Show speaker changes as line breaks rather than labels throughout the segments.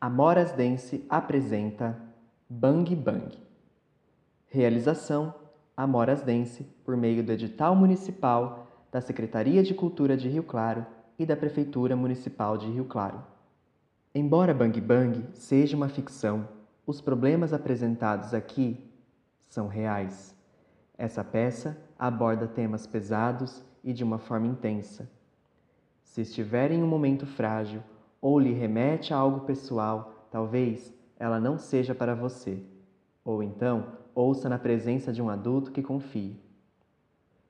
Amoras Dance apresenta Bang Bang. Realização Amoras Dance por meio do edital municipal da Secretaria de Cultura de Rio Claro e da Prefeitura Municipal de Rio Claro. Embora Bang Bang seja uma ficção, os problemas apresentados aqui são reais. Essa peça aborda temas pesados e de uma forma intensa. Se estiver em um momento frágil ou lhe remete a algo pessoal, talvez ela não seja para você. Ou então, ouça na presença de um adulto que confie.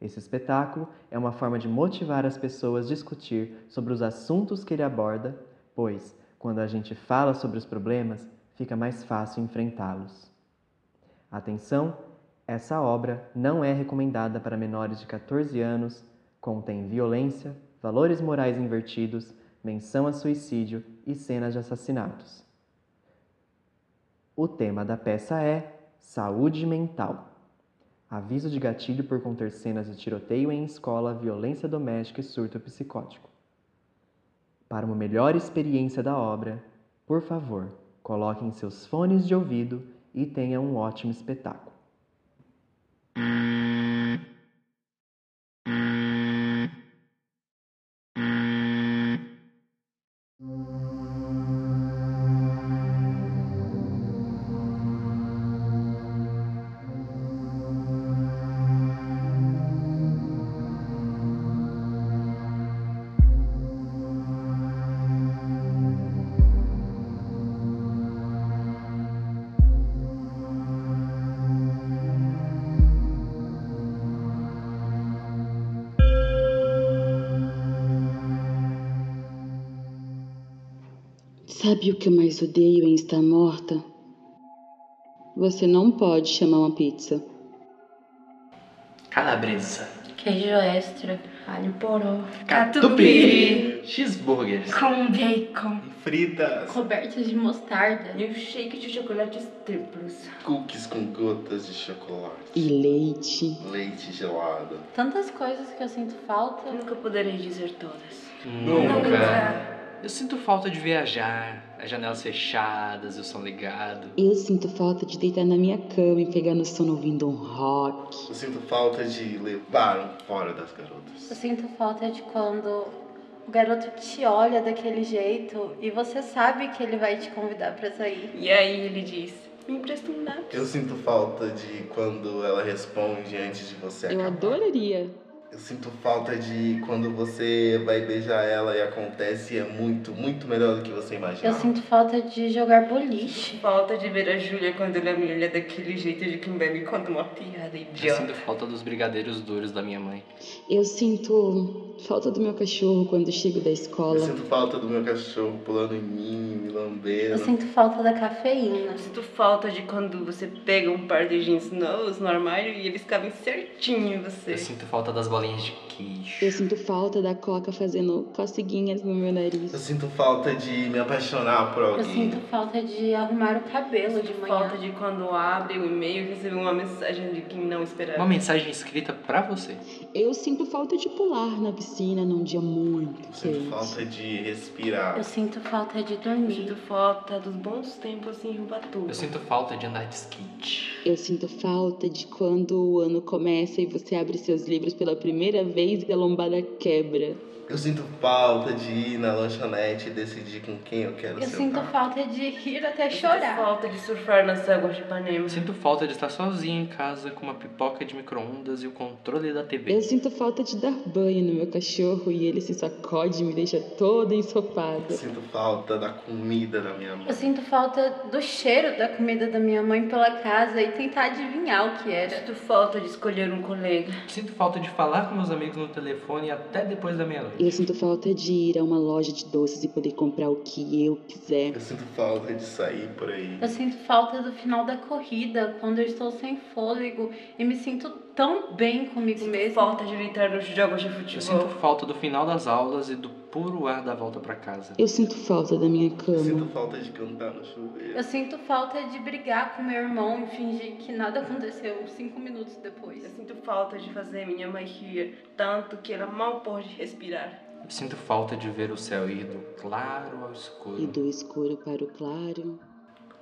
Esse espetáculo é uma forma de motivar as pessoas a discutir sobre os assuntos que ele aborda, pois, quando a gente fala sobre os problemas, fica mais fácil enfrentá-los. Atenção! Essa obra não é recomendada para menores de 14 anos, contém violência, valores morais invertidos, menção a suicídio e cenas de assassinatos. O tema da peça é Saúde Mental. Aviso de gatilho por conter cenas de tiroteio em escola, violência doméstica e surto psicótico. Para uma melhor experiência da obra, por favor, coloquem seus fones de ouvido e tenha um ótimo espetáculo.
Sabe o que eu mais odeio em estar morta? Você não pode chamar uma pizza.
Calabresa.
Queijo extra, alho poró,
Catupiry. Cheeseburgers.
com bacon,
Fritas.
cobertas de mostarda e um shake de chocolates triplos.
Cookies com gotas de chocolate.
E leite.
Leite gelado.
Tantas coisas que eu sinto falta. Nunca poderei dizer todas.
Nunca. Eu sinto falta de viajar, as janelas fechadas, o som ligado.
Eu sinto falta de deitar na minha cama e pegar no sono ouvindo um rock.
Eu sinto falta de levar um fora das garotas.
Eu sinto falta de quando o garoto te olha daquele jeito e você sabe que ele vai te convidar pra sair.
E aí ele diz: Me empresta um lápis.
Eu sinto falta de quando ela responde antes de você
Eu
acabar.
adoraria.
Eu sinto falta de quando você vai beijar ela e acontece e é muito, muito melhor do que você imagina.
Eu sinto falta de jogar boliche.
Falta de ver a Júlia quando ela me olha daquele jeito de quem bebe quando uma piada
Eu sinto falta dos brigadeiros duros da minha mãe.
Eu sinto falta do meu cachorro quando chego da
Eu
escola.
sinto falta do meu cachorro pulando em mim, me lambendo.
Eu sinto falta da cafeína.
Sinto falta de quando você pega um par de jeans novos no armário e eles cabem certinho em você.
Eu sinto falta das bolinhas de queijo.
Eu sinto falta da coca fazendo coceguinhas no meu nariz.
Eu sinto falta de me apaixonar por
Eu
alguém.
sinto falta de arrumar o cabelo de
Falta
manhã.
de quando abre o e-mail e recebe uma mensagem de quem não esperava.
Uma mensagem escrita pra você.
Eu sinto falta de pular na piscina num dia muito
Eu sinto
quente.
falta de respirar.
Eu sinto falta de
Eu
dormir.
Sinto falta dos bons tempos assim, em Rubatuba.
Eu sinto falta de andar de skate.
Eu sinto falta de quando o ano começa e você abre seus livros pela primeira vez e a lombada quebra.
Eu sinto falta de ir na lanchonete e decidir com quem eu quero
Eu sinto
sentar.
falta de rir até
Eu sinto
chorar.
falta de surfar nas águas de Ipanema.
Eu sinto falta de estar sozinho em casa com uma pipoca de micro-ondas e o controle da TV.
Eu sinto falta de dar banho no meu cachorro e ele se sacode e me deixa toda ensopada.
Eu sinto falta da comida da minha mãe.
Eu sinto falta do cheiro da comida da minha mãe pela casa e tentar adivinhar o que
Eu
era.
Sinto falta de escolher um colega.
Sinto falta de falar com meus amigos no telefone até depois da meia-noite.
Eu sinto falta de ir a uma loja de doces e poder comprar o que eu quiser.
Eu sinto falta de sair por aí.
Eu sinto falta do final da corrida, quando eu estou sem fôlego e me sinto tão bem comigo
Sinto
mesma.
falta de gritar nos jogos de
Eu
futebol.
sinto falta do final das aulas e do puro ar da volta pra casa.
Eu sinto falta da minha
Eu
cama.
sinto falta de cantar no chuveiro.
Eu sinto falta de brigar com meu irmão e fingir que nada aconteceu cinco minutos
Eu
depois.
sinto falta de fazer minha mãe rir tanto que ela mal pode respirar.
Eu sinto falta de ver o céu ir do claro ao escuro.
E do escuro para o claro.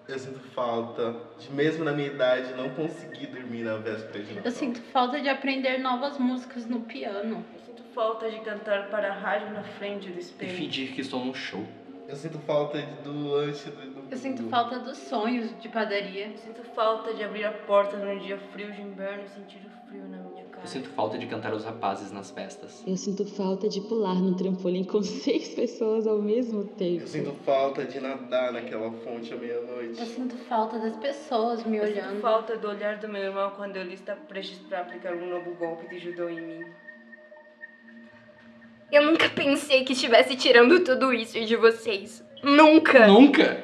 Eu sinto falta de, mesmo na minha idade, não conseguir dormir na véspera de Natal.
Eu sinto falta de aprender novas músicas no piano.
Eu sinto falta de cantar para a rádio na frente do
E
espelho.
fingir que estou num show.
Eu sinto falta de- do lanche do, do-
Eu sinto
Hum.
do-
falta dos sonhos de padaria.
Eu sinto falta de abrir a porta num dia frio de inverno e sentir o frio na minha cara.
Eu sinto falta de cantar os rapazes nas festas.
Eu sinto falta de pular no trampolim com seis pessoas ao mesmo tempo.
Eu sinto falta de nadar naquela fonte à meia-noite.
Eu sinto falta das pessoas me
Eu sinto
olhando.
falta do olhar do meu irmão quando ele está prestes para aplicar um novo golpe de judô em mim.
Eu nunca pensei que estivesse tirando tudo isso de vocês. Nunca!
Nunca?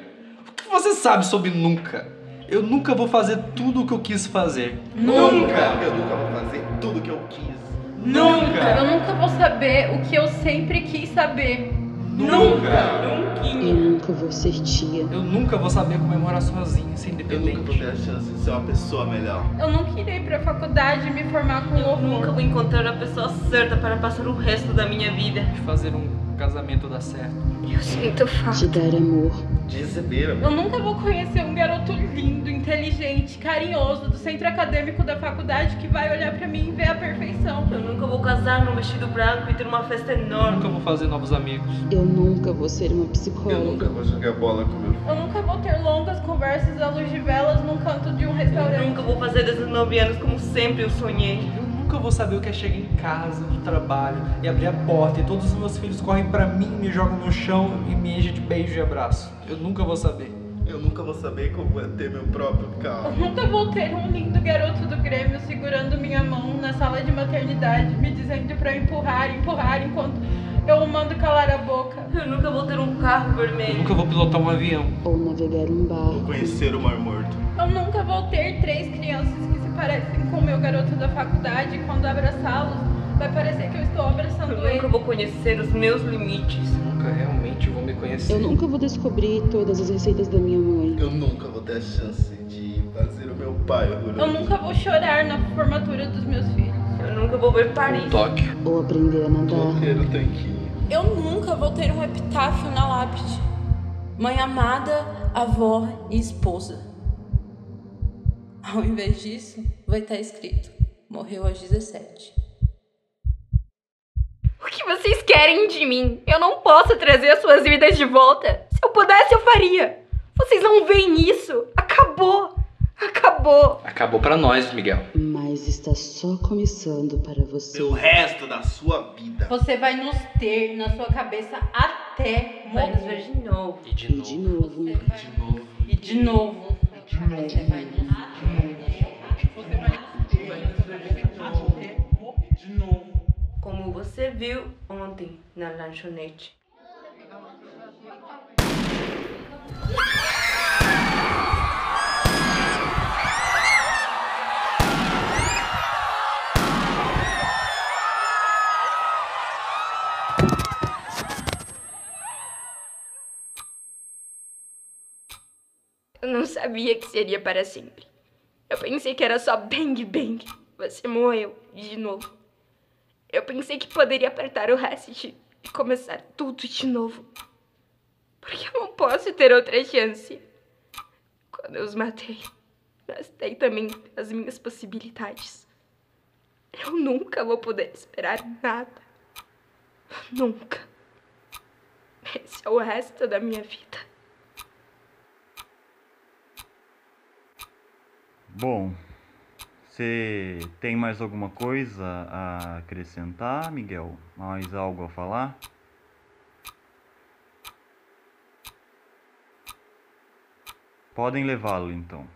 O que você sabe sobre nunca? Eu nunca vou fazer tudo o que eu quis fazer. Nunca!
Eu nunca vou fazer tudo que eu quis.
Nunca!
Eu nunca vou saber o que eu sempre quis saber.
Nunca!
Eu nunca vou ser tia.
Eu nunca vou saber comemorar sozinho, sem
Eu nunca vou ter
dependente.
a chance de ser uma pessoa melhor.
Eu nunca irei pra faculdade me formar com
Eu nunca
horror.
vou encontrar a pessoa certa para passar o resto da minha vida.
De fazer um casamento dar certo.
Eu sinto
De
falta.
dar amor.
De receber amor.
Eu nunca vou conhecer um garoto lindo, inteligente, carinhoso do centro acadêmico da faculdade que vai olhar pra mim e ver a perfeição.
Eu nunca vou casar num vestido branco e ter uma festa
Eu
enorme.
nunca vou fazer novos amigos.
Eu nunca vou ser uma
Eu
psicóloga.
nunca vou jogar bola com meu
Eu nunca vou ter longas conversas à luz de velas num canto de um
Eu
restaurante.
nunca vou fazer 19 anos como sempre eu sonhei.
Eu nunca vou saber o que é chegar em casa, do trabalho, e abrir a porta e todos os meus filhos correm pra mim, me jogam no chão e me enchem de beijo e abraço. Eu nunca vou saber.
Eu nunca vou saber como é ter meu próprio
Eu
carro.
nunca vou ter um lindo garoto do Grêmio segurando minha mão na sala de maternidade, me dizendo pra eu empurrar, empurrar, enquanto eu mando calar a boca.
Eu nunca vou ter um carro
Eu
vermelho.
nunca vou pilotar um avião.
Ou navegar um
Vou
barco.
conhecer o Mar Morto.
Eu nunca vou ter três crianças que se parecem com o meu garoto da faculdade e quando abraçá-los vai parecer que eu estou
Eu
abraçando
nunca
ele.
vou conhecer os meus limites.
Nunca realmente vou me conhecer.
Eu nunca vou descobrir todas as receitas da minha mãe.
Eu nunca vou ter a chance de fazer o meu pai orgulhoso.
Eu nunca vou chorar na formatura dos meus filhos.
Eu nunca vou ver Paris.
Tóquio.
Ou aprender a
vou
nadar.
ter o tanquinho.
Eu nunca vou ter um epitáfio na lápide. Mãe amada, avó e esposa. Ao invés disso, vai estar escrito: morreu aos 17.
O que vocês querem de mim? Eu não posso trazer as suas vidas de volta. Se eu pudesse, eu faria. Vocês não veem isso. Acabou. Acabou.
Acabou pra nós, Miguel.
Mas está só começando para você.
Seu resto da sua vida.
Você vai nos ter na sua cabeça até
Vai nos ver de novo.
E de
E de novo.
De novo.
E de novo.
Como você viu ontem na lanchonete.
Eu não sabia que seria para sempre. Eu pensei que era só bang bang. Você morreu de novo. Eu pensei que poderia apertar o reset e começar tudo de novo. Porque eu não posso ter outra chance. Quando eu os matei, gastei também as minhas possibilidades. Eu nunca vou poder esperar nada. Nunca. Esse é o resto da minha vida.
Bom, você tem mais alguma coisa a acrescentar, Miguel? Mais algo a falar? Podem levá-lo então.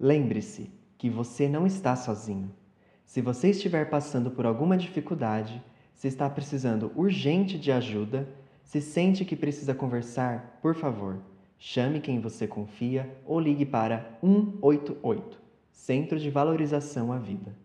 Lembre-se que você não está sozinho. Se você estiver passando por alguma dificuldade, se está precisando urgente de ajuda, se sente que precisa conversar, por favor, Chame quem você um confia ou ligue para 188 Centro de Valorização à Vida.